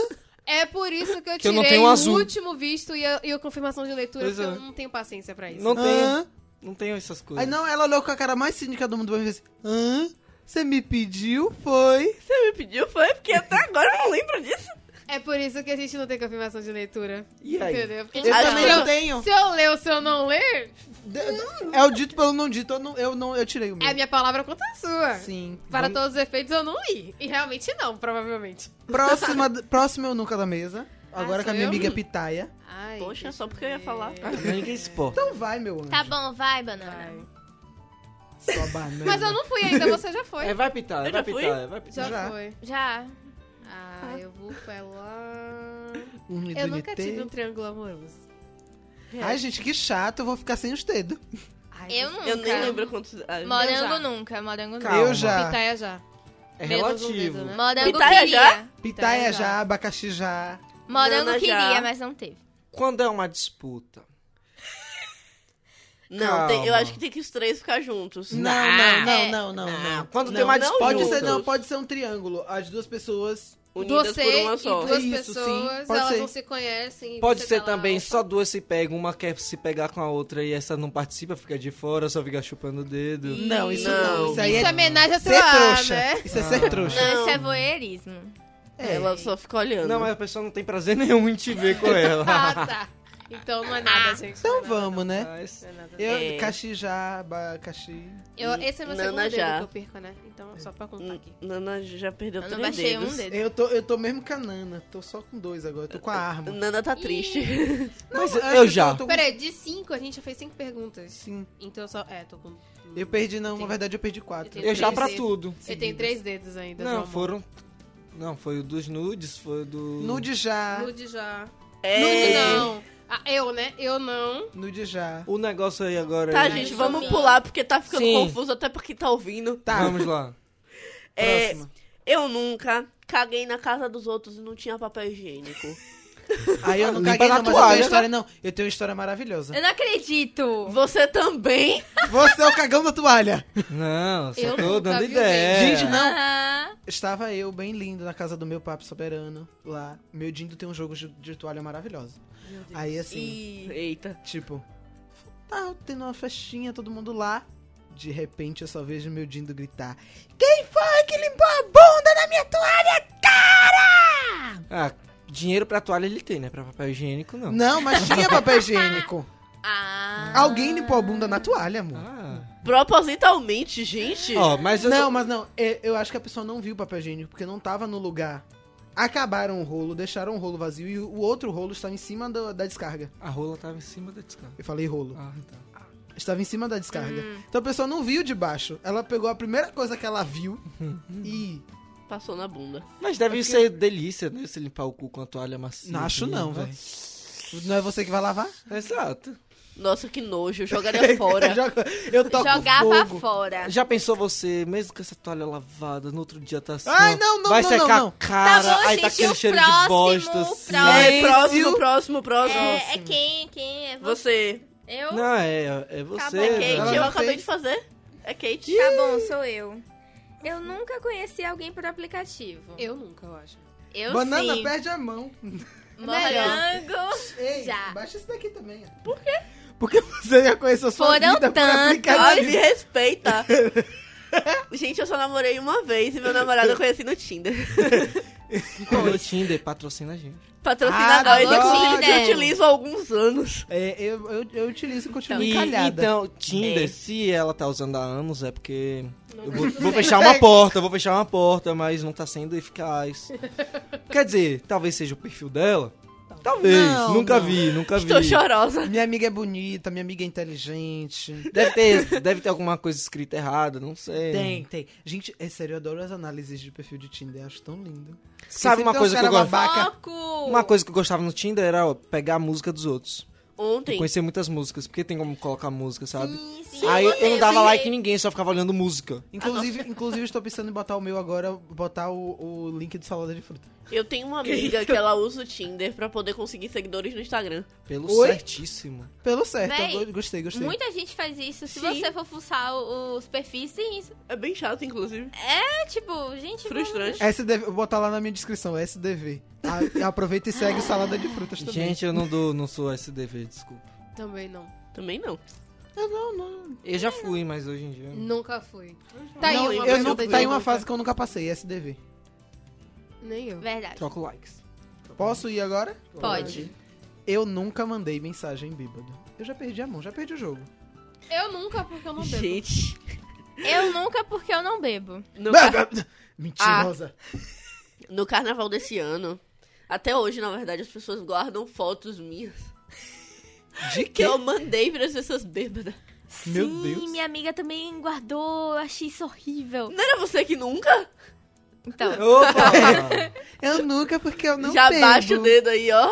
É por isso que eu
Que eu
tirei
não tenho
o
azul.
último visto e a, e a confirmação de leitura,
Pois
porque
é.
eu não tenho paciência pra isso.
Não tenho.
Hã?
Não tenho essas coisas.
Aí não, ela olhou com a cara mais cínica do mundo pra mim e fez: assim, Hã? Você me pediu? Foi?
Você me pediu, foi? Porque até agora eu não lembro disso.
É por isso que a gente não tem confirmação de leitura.
E aí?
Entendeu? Porque
Eu
se
também não tenho.
Se eu ler ou se eu não ler,
De- É o dito pelo não dito, eu não, eu, não, eu tirei o meu.
é minha palavra contra a sua.
Sim.
Para
Vamos-
todos os efeitos, eu não li. E realmente não, provavelmente.
Próxima, próxima eu nunca da mesa. Agora
Ah,
com a
sou
minha
eu?
amiga Pitaia.
Ai,
Poxa,
deixa
só porque eu ia
ver.
falar.
Não, Ninguém se importa.
Então vai, meu anjo.
Tá bom, vai, banana.
Ai.
Sua banana.
Mas eu não fui ainda, você já foi.
É, vai pitar,
Eu
vai
já fui?
pitar, vai pitar.
já,
já.
foi.
Já.
Ah, eu vou falar.
Um
Eu nunca
idolitei.
tive um triângulo amoroso.
Ai, gente, que chato, eu vou ficar sem os dedos.
Ai,
Eu nunca.
Eu nem lembro quantos... Ah,
Morango
já.
nunca, morango
Calma.
Eu
nunca.
já.
Pitaia já.
É
Menos um dedo,
relativo.
né?
Morango
Pitaia
queria.
já?
Pitaia
Pitaia
já,
já.
abacaxi já.
Morango
Nana já.
queria, mas não teve.
Quando é uma disputa.
Não, tem- eu
Calma.
acho que tem que os três ficar juntos.
Não, não,
É.
não, não, não, não.
Ah, Quando
Não,
tem uma
não
disputa.
Pode ser,
juntos.
não, pode ser um triângulo. As duas pessoas.
Unidas
você
por uma só.
e duas
Isso, sim.
pessoas,
Pode
elas
ser.
não se conhecem. e
Pode
você
ser
tá lá,
também
ó.
só duas se pegam, uma quer se pegar com a outra e essa não participa, fica de fora, só fica chupando o dedo.
Não, isso
Não.
não. Isso aí
Isso é
é
homenagem a
ser
tua,
trouxa.
né?
Isso é ser trouxa.
Não, isso é voyeurismo.
É, Ela só fica olhando.
Não, é- mas a pessoa não tem prazer nenhum em te ver com
Ah,
ela.
tá. Então não é nada, gente.
Então
não é nada,
vamos, né?
Mas-
não. Não é nada.
Eu,
É.
Caxi já, abacaxi.
Eu, esse é meu
Nana
segundo
já. Hum.
dedo que eu perco, né? Então só pra contar aqui.
Nana já perdeu
Eu não
três
baixei
dedos.
um dedo.
Eu tô, eu tô mesmo com a Nana. Tô só com dois agora. Tô com a arma.
Nana tá triste.
Mas
Não,
eu
acho que
já.
tô com-
Peraí, de cinco, a gente já fez cinco perguntas.
Sim.
Então eu só. É, tô com.
Eu perdi, não. Na
Tem-
verdade, eu perdi quatro.
Eu
Eu já pra
Sim.
tudo.
Eu tenho três dedos ainda.
Não,
João.
foram. Não, foi o dos nudes, foi o do.
Nude já.
Nude já. Nude
É.
não. Ah, eu, né? Eu não.
Nude já.
O negócio aí agora. é-
Tá,
aí.
gente,
eu
vamos
sou
pular porque tá ficando
Sim.
confuso até pra quem tá ouvindo.
Tá.
Vamos lá.
É,
Próxima.
eu nunca caguei na casa dos outros e não tinha papel higiênico.
Aí eu não
Limpa
caguei,
na
não, mas eu tenho
toalha.
uma história, não. Eu tenho uma história maravilhosa.
Eu não acredito.
Você também?
Você é o cagão da toalha.
Não, só
Eu
tô
nunca
dando
vi,
ideia.
gente. Gente, não.
Aham.
Estava eu, bem lindo, na casa do meu papo soberano, lá. Meu Dindo tem um jogo de, de toalha maravilhoso. Aí, assim,
Ih, Eita.
tipo... Tá tendo uma festinha, todo mundo lá. De repente, eu só vejo meu Dindo gritar. Quem foi que limpou a bunda da minha toalha, cara?
Ah, dinheiro pra toalha ele tem, né? Pra papel higiênico, não.
Não, mas tinha papel higiênico.
Ah.
Alguém limpou a bunda na toalha, amor.
Ah.
Propositalmente, gente.
Ó, mas eu...
Não, mas não. é, Eu acho que a pessoa não viu o papel higiênico porque não tava no lugar. Acabaram o rolo, deixaram o rolo vazio e o outro rolo estava em cima da- da descarga.
A rola tava em cima da descarga.
Eu falei rolo.
Ah, tá.
Estava em cima da descarga. Então a pessoa não viu de baixo. Ela pegou a primeira coisa que ela viu e.
Passou na bunda.
Mas deve ser delícia, né? Você limpar o cu com a toalha macia.
É
né?
Não acho
limpa.
não, velho. Não é você que vai lavar?
Exato.
Nossa, que nojo. Eu jogaria fora.
Joga- Eu toco
Jogava
fogo.
fora.
Já pensou você, mesmo com essa toalha lavada, no outro dia tá assim,
Ai,
ó,
não, não,
vai
não, não,
secar
não.
a cara,
Tá bom,
aí tá
gente,
aquele
o
cheiro de
próximo,
bosta,
o
assim.
próximo.
Ai, é próximo, próximo, próximo.
É, é quem? Quem é
Você.
você? Eu?
Não, é, é você.
Acabou,
É
né?
Kate,
Ela
eu
não
acabei
fez.
de fazer. É Kate.
Tá bom, sou eu. Eu nunca conheci alguém por aplicativo.
Eu nunca, eu acho.
Eu
Banana
sim.
perde a mão.
Morango.
Ei,
Já.
baixa isso daqui também. Por quê? Porque você já conheceu sua
Foram
vida por
tantas.
Ah, me
aplicativo.
respeita. Gente, eu só namorei uma vez e meu namorado eu conheci no Tinder.
O Tinder patrocina a gente.
Ah,
Patrocinador, ele
adoro.
inclusive que eu utilizo há alguns anos.
É, eu, eu, eu utilizo e continuo
E,
encalhada.
então, Tinder,
É.
se ela tá usando há anos, é porque...
Não
Eu vou,
gosto
vou
dele.
fechar uma porta, eu vou fechar uma porta, mas não tá sendo eficaz. Quer dizer, talvez seja o perfil dela. Talvez,
Não,
nunca
não.
vi, nunca
Estou
vi.
chorosa.
Minha amiga é bonita, minha amiga é inteligente.
Deve ter, deve ter alguma coisa escrita errada, não sei.
Tem, tem. Gente, é sério, eu adoro as análises de perfil de Tinder, acho tão lindo.
Sabe uma
Sempre tem uns
coisa que eu
cara
gosto?
Ah!
babaca.
Foco.
Uma coisa que eu gostava no Tinder era ó, pegar a música dos outros.
Ontem,
Conhecer muitas músicas, porque tem como colocar música, sabe?
Sim, sim,
Aí eu não dava
sim.
like em ninguém, só ficava olhando música.
Inclusive, inclusive, estou pensando em botar o meu agora, botar o, o link do salada de fruta.
eu tenho uma amiga que ela usa o Tinder pra poder conseguir seguidores no Instagram.
Pelo
Oi?
certíssimo.
Pelo certo, eu
Véi,
go- gostei, gostei.
Muita gente faz isso.
Sim.
Se você for fuçar o- os perfis, tem isso.
É bem chato, inclusive.
É tipo, gente.
Frustrante.
SDV, vou botar lá na minha descrição, SDV. A- aproveita e segue o salada de frutas também.
Gente, eu não, dou, não sou SDV, desculpa.
Também não.
Também não.
eu não, não.
Eu já fui, mas hoje em dia.
Nunca fui. Tá aí
Hum. Não,
uma
eu
pergunta
não,
de
tá em uma
nunca.
fase que eu nunca passei, SDV.
Nem eu.
Verdade.
Troco likes.
Posso ir agora?
Pode.
Eu nunca mandei mensagem bêbado. Eu já perdi a mão, já perdi o jogo.
Eu nunca, porque eu não bebo.
Gente,
Eu nunca porque eu não bebo.
no, car-
Mentirosa.
no carnaval desse ano, até hoje, na verdade, as pessoas guardam fotos minhas
Ah, De
que
quê?
eu mandei para as pessoas bêbadas.
Meu
Sim,
Deus.
minha amiga também guardou. Eu achei isso horrível.
Não era você que nunca?
Então,
Opa!
Eu nunca, porque eu não
Já
bebo.
baixa o dedo aí, ó.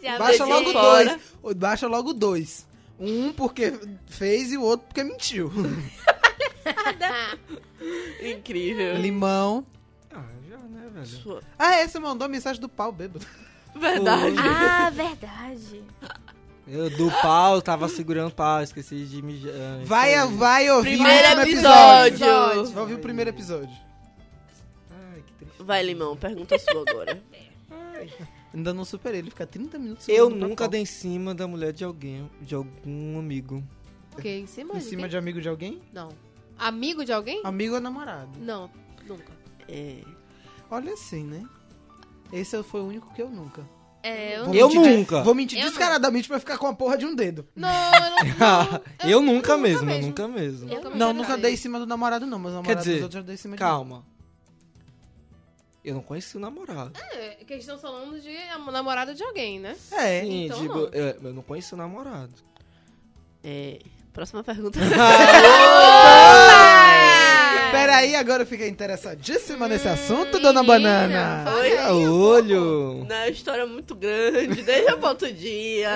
já
Baixa
bebi.
Beijinho
logo
fora.
dois. Ou Baixa logo dois. Um porque fez e o outro porque mentiu.
Incrível.
Limão.
ah, já, né, velho?
Sua-
Ah, é, você mandou a mensagem do pau bêbado.
Verdade.
Ah, verdade.
Eu do pau, tava segurando o pau, esqueci de me.
Vai,
Então,
vai ouvir o
Primeiro
último
episódio.
Vai ouvir o primeiro episódio.
Ai, que triste.
Ah. Vai, Limão, pergunta sua agora.
Ainda não superei, ele fica 30 minutos.
Eu
olhando pra
nunca
pau.
dei em cima da mulher de alguém, de algum amigo.
Porque em cima,
Em
de
cima
quem?
de amigo de Ah. alguém?
Não. Amigo de alguém?
Amigo ou namorado?
Não, nunca.
É.
Olha assim, né? Esse foi o único que eu nunca.
É, eu
Vou
Eu
mentir de-
nunca.
vou mentir
Eu nunca.
descaradamente pra ficar com a porra de um dedo.
Não, eu não.
eu, nunca mesmo, eu nunca mesmo.
Eu também
Não,
nunca
nunca
dei.
dei em cima do namorado, não, mas o namorado
dizer,
dos outros eu dei em cima de
Calma. Eu não conheci o namorado.
É, que eles estão falando de am- namorado de alguém, né?
mim. É.
Sim,
então
digo,
não.
é, eu não conheci o namorado.
É. Próxima pergunta.
Peraí, agora eu fiquei interessadíssima nesse assunto, dona Banana.
fala
Oi.
aí.
Ah, olho!
Não, é uma história muito grande. Deixa pra outro dia.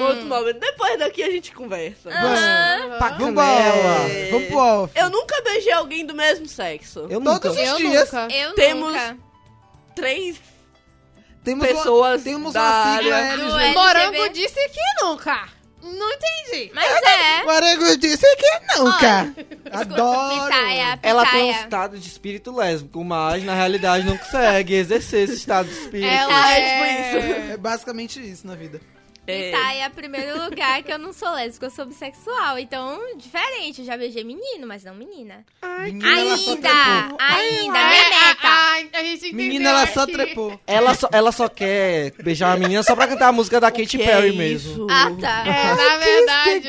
um Outro momento. Depois daqui a gente conversa.
Aham.
Pra
Vambora!
canela!
É.
Vamos pro off.
Eu nunca beijei alguém do mesmo sexo.
Eu nunca.
Todos os
Eu
dias
nunca.
Eu
Temos-
nunca.
Três
temos
pessoas
uma, temos
da
uma sigla
área.
LG.
LGBT.
Morango disse que nunca. Não entendi.
Mas é.
Morango disse que nunca. Adoro.
Pitaia, pitaia.
Ela tem um estado de espírito lésbico, mas na realidade não consegue exercer esse estado de espírito.
Ela
É,
é,
tipo isso.
É basicamente isso na vida.
É.
E tá, é o primeiro lugar que eu não sou lésbica, eu sou bissexual. Então, diferente, eu já beijei menino, mas não menina.
Menina, ela só
Ainda!
trepou.
Ainda,
Ah,
minha
ah,
meta!
ah, a gente entendeu
Menina, ela só
aqui.
trepou.
Ela só, ela só quer beijar a menina só pra cantar a música da
Que
Katy Perry
é
mesmo.
isso?
Ah, tá.
É, na verdade,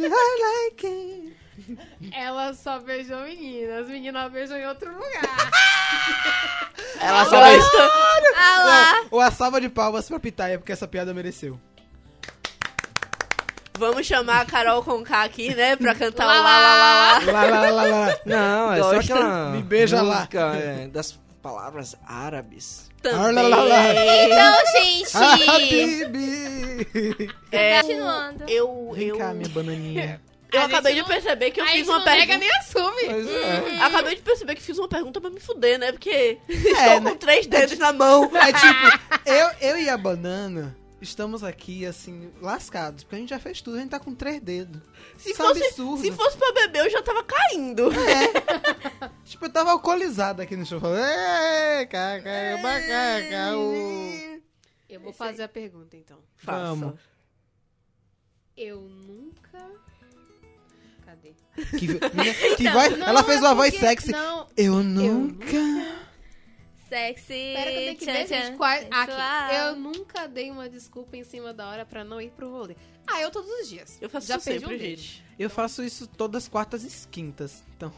I like it.
ela só beijou meninas. Menina beijou em outro lugar.
Ela só fez.
Gosta.
Ah lá!
Ou a salva de palmas pra Pitaia, porque essa piada mereceu.
Vamos chamar a Carol Conká aqui, né? Pra cantar o
Lá,
lá, lá, lá, lá.
Lá, lá, lá, lá.
Não, é
Gosta.
só aquela
Me beija lá.
música é, das palavras árabes.
Ah,
Também.
lá, lá, lá.
Então,
Ah,
gente!
Bibi!
É,
Continuando.
eu,
Vem
eu,
cá, minha bananinha.
eu
A
acabei
gente
de
não-
perceber que eu
a
fiz
gente
uma
não nega
pergunta.
nem assume.
Pois é.
Acabei de perceber que fiz uma pergunta pra me fuder, né? Porque
É,
estou
né?
com três dedos na mão.
É tipo, eu, eu e a banana estamos aqui, assim, lascados. Porque a gente já fez tudo, a gente tá com três dedos.
Se
Isso é um
fosse,
absurdo.
se fosse pra beber, eu já tava caindo.
É, Tipo, eu tava alcoolizado aqui no show. Falando, "Ê, cá, cá, cá, cá, cá, ô."
Eu vou fazer a pergunta, então.
Faça.
Vamos.
Eu nunca... Cadê? é
Que, menina, que voz, ela fez uma voz sexy.
Não,
é Eu nunca.
Sexy.
Pera que eu tenho que
tchan,
ver,
tchan,
gente, quais...
sensual.
Aqui, eu nunca dei uma desculpa em cima da hora pra não ir pro rolê. Ah, eu todos os dias.
Eu faço
Já
isso
perdi um
sempre,
dedo.
gente.
Eu faço isso todas quartas e quintas. Então,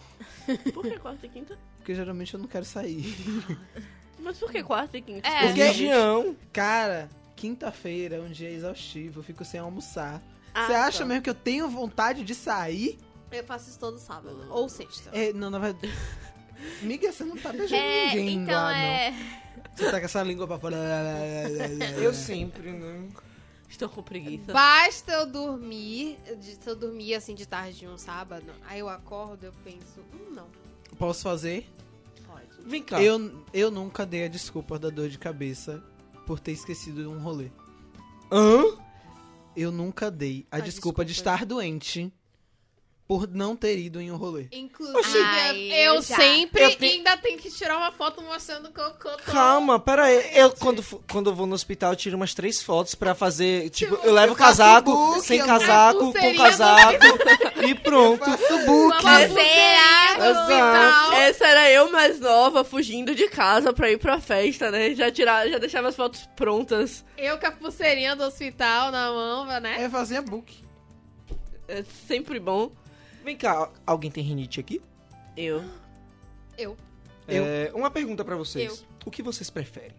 Por que quarta e quinta?
porque geralmente eu não quero sair.
Mas por que quarta e quinta?
É.
Porque-
Religião.
Cara, quinta-feira é um dia exaustivo, eu fico sem almoçar.
Ah,
Você acha
tá.
mesmo que eu tenho vontade de sair?
Eu faço isso todo sábado. Ou sexta.
É, não, na verdade. Miga, você não tá beijando
É,
ninguém
então
lá,
é.
não. Você tá com essa língua pra fora.
Eu sempre, né?
Estou com preguiça.
Basta eu dormir, de- se eu dormir assim de tarde de um sábado, aí eu acordo, eu penso, hum, não,
Posso fazer?
pode.
Vem
Tá.
cá.
Eu, eu nunca dei a desculpa da dor de cabeça por ter esquecido um rolê.
Hã?
Eu nunca dei a,
A
desculpa, de
desculpa.
estar doente por não ter ido em um rolê.
Inclusive,
Ai,
eu
eu já.
sempre
Eu te-
ainda tenho que tirar uma foto mostrando o cocô. todo.
Calma, pera aí. Eu, quando, fu- quando eu vou no hospital, eu tiro umas três fotos pra fazer. Tipo, eu levo
eu faço
casaco,
book,
sem
eu-
casaco, com
pulseirinha do-
casaco. e pronto.
Uma pulseirinha no
Exato.
hospital.
Essa era eu mais nova, fugindo de casa pra ir pra festa, né? Já, tirar, já deixava as fotos prontas.
Eu com a pulseirinha do hospital na mão, né?
Eu fazia book.
É sempre bom.
Vem cá, alguém tem rinite aqui?
Eu.
Eu.
Eu.
É, uma pergunta pra vocês. O que vocês preferem?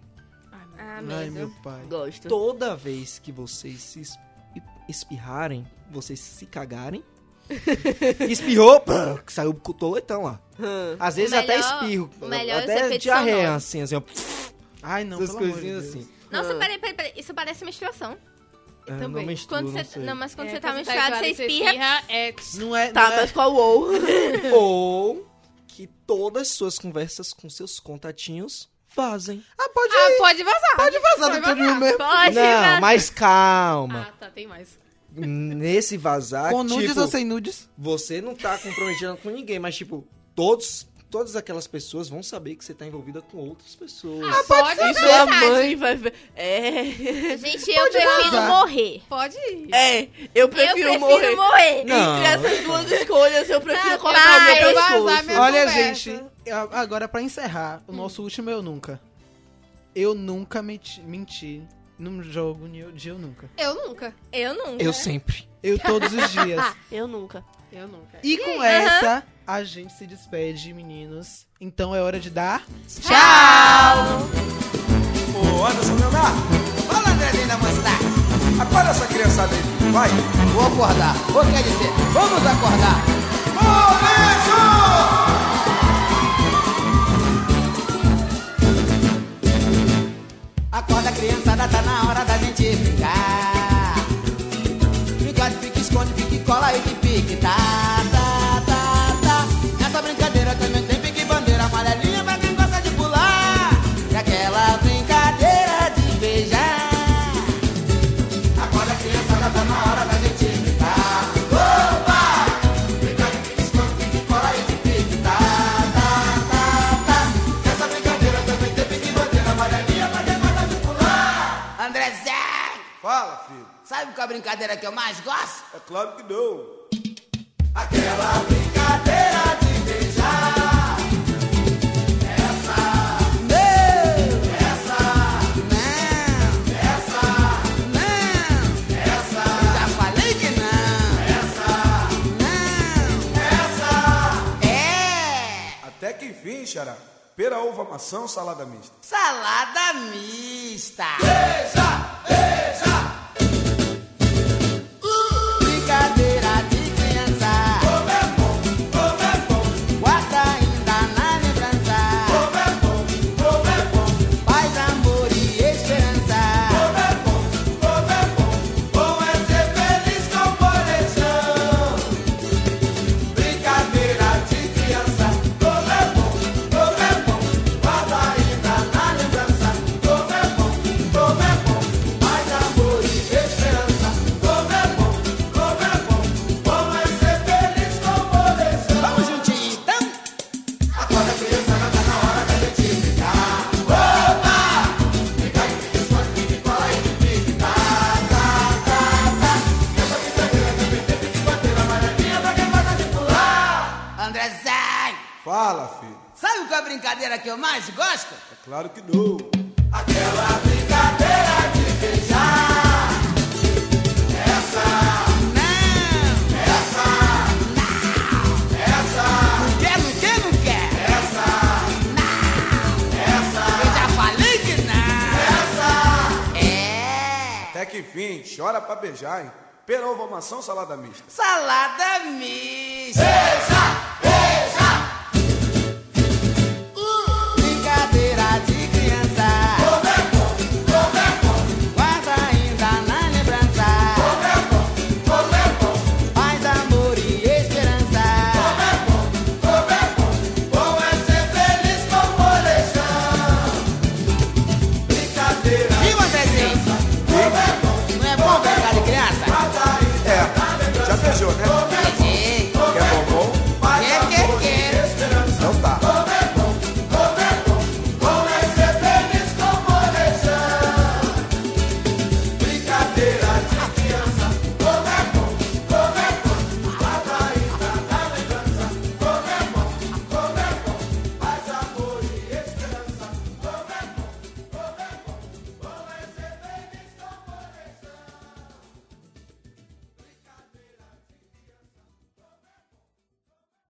Ah,
Ai,
mesmo.
meu pai.
Gosto.
Toda vez que vocês se es- espirrarem, vocês se cagarem. Espirrou, pá, que saiu o cotoletão lá.
Hum.
Às vezes
O
até
melhor-
espirro.
o melhor é os
Até
efeitos
diarreia,
sonoros.
assim, assim, ó.
Ai, não,
essas
pelo amor de
coisinhas
Deus.
assim.
Nossa,
Ah.
peraí, peraí, peraí. Isso parece menstruação.
Eu
também.
Não menstruo,
Quando
não
você.
sei.
Não, mas quando
É,
você tá menstruado, você espirra.
É,
Não é.
Tá,
não é-
mas qual ou?
Ou que todas as suas conversas com seus contatinhos vazem.
Ah, pode
ah, pode vazar. Pode
vazar dentro de mim mesmo.
Pode,
não,
mas-
mas calma.
Ah, tá, tem mais.
Nesse vazar,
Com nudes
tipo,
ou sem nudes?
você não tá comprometida com ninguém, mas tipo, todos, todas aquelas pessoas vão saber que você tá envolvida com outras pessoas.
Ah, pode,
E
ir.
sua mãe vai ver. É.
Gente, eu prefiro
vazar.
morrer.
Pode ir.
É, eu prefiro,
eu prefiro
morrer.
morrer.
Não.
Entre essas duas escolhas, eu prefiro
Não,
cortar o meu
vai, eu vazar
pescoço.
minha-
Olha,
conversa.
gente, a- agora pra encerrar, o nosso último é eu nunca. Eu nunca menti, menti num jogo de eu, de eu nunca.
Eu nunca.
Eu nunca.
Eu sempre.
Eu todos os dias.
Eu nunca.
Eu nunca.
E com essa, a gente se despede, meninos. Então é hora de dar.
Ô, Anderson Leonardo,
Fala, Andrezinho da Mocidade. Acorda essa criançada aí, vai. Vou acordar. Vou quer dizer, vamos acordar. Momento! Acorda, criançada, tá na hora da gente brincar. Brincar de pique, esconde, pique, cola e de pique, tá, tá, tá, tá. Nessa brincadeira também tem pique, bandeira amarelinha pra quem gosta de pular. E aquela brincadeira de beijar. Agora criançada, tá na hora da gente brincar. Opa! Brincar de pique, esconde, pique, cola e de pique, tá, tá, tá, tá. Nessa brincadeira também tem pique, bandeira amarelinha pra quem gosta de pular.
Andrezé! Fala, filho. Sabe Sabe
é
qual a brincadeira que eu mais gosto? É claro que não. Aquela brincadeira de beijar.
Não, não, já falei que não. Não, é
Até que enfim, xará. Pera, uva, maçã, salada mista.
salada mista. Brincadeira de criança.
é
Guarda ainda na lembrança.
é
Paz, amor e esperança. é é é é Vamos juntinho então.
André Zé,
Fala, filho.
sabe qual é a brincadeira que eu mais gosto?
É claro que não.
Não, essa, não, essa, não quer, não quer, não quer. Essa, não, essa, eu já falei que não. Essa, é
Até que enfim, chora pra beijar, hein? Pera, uva, maçã, salada mista.
salada mista. Beija, é é,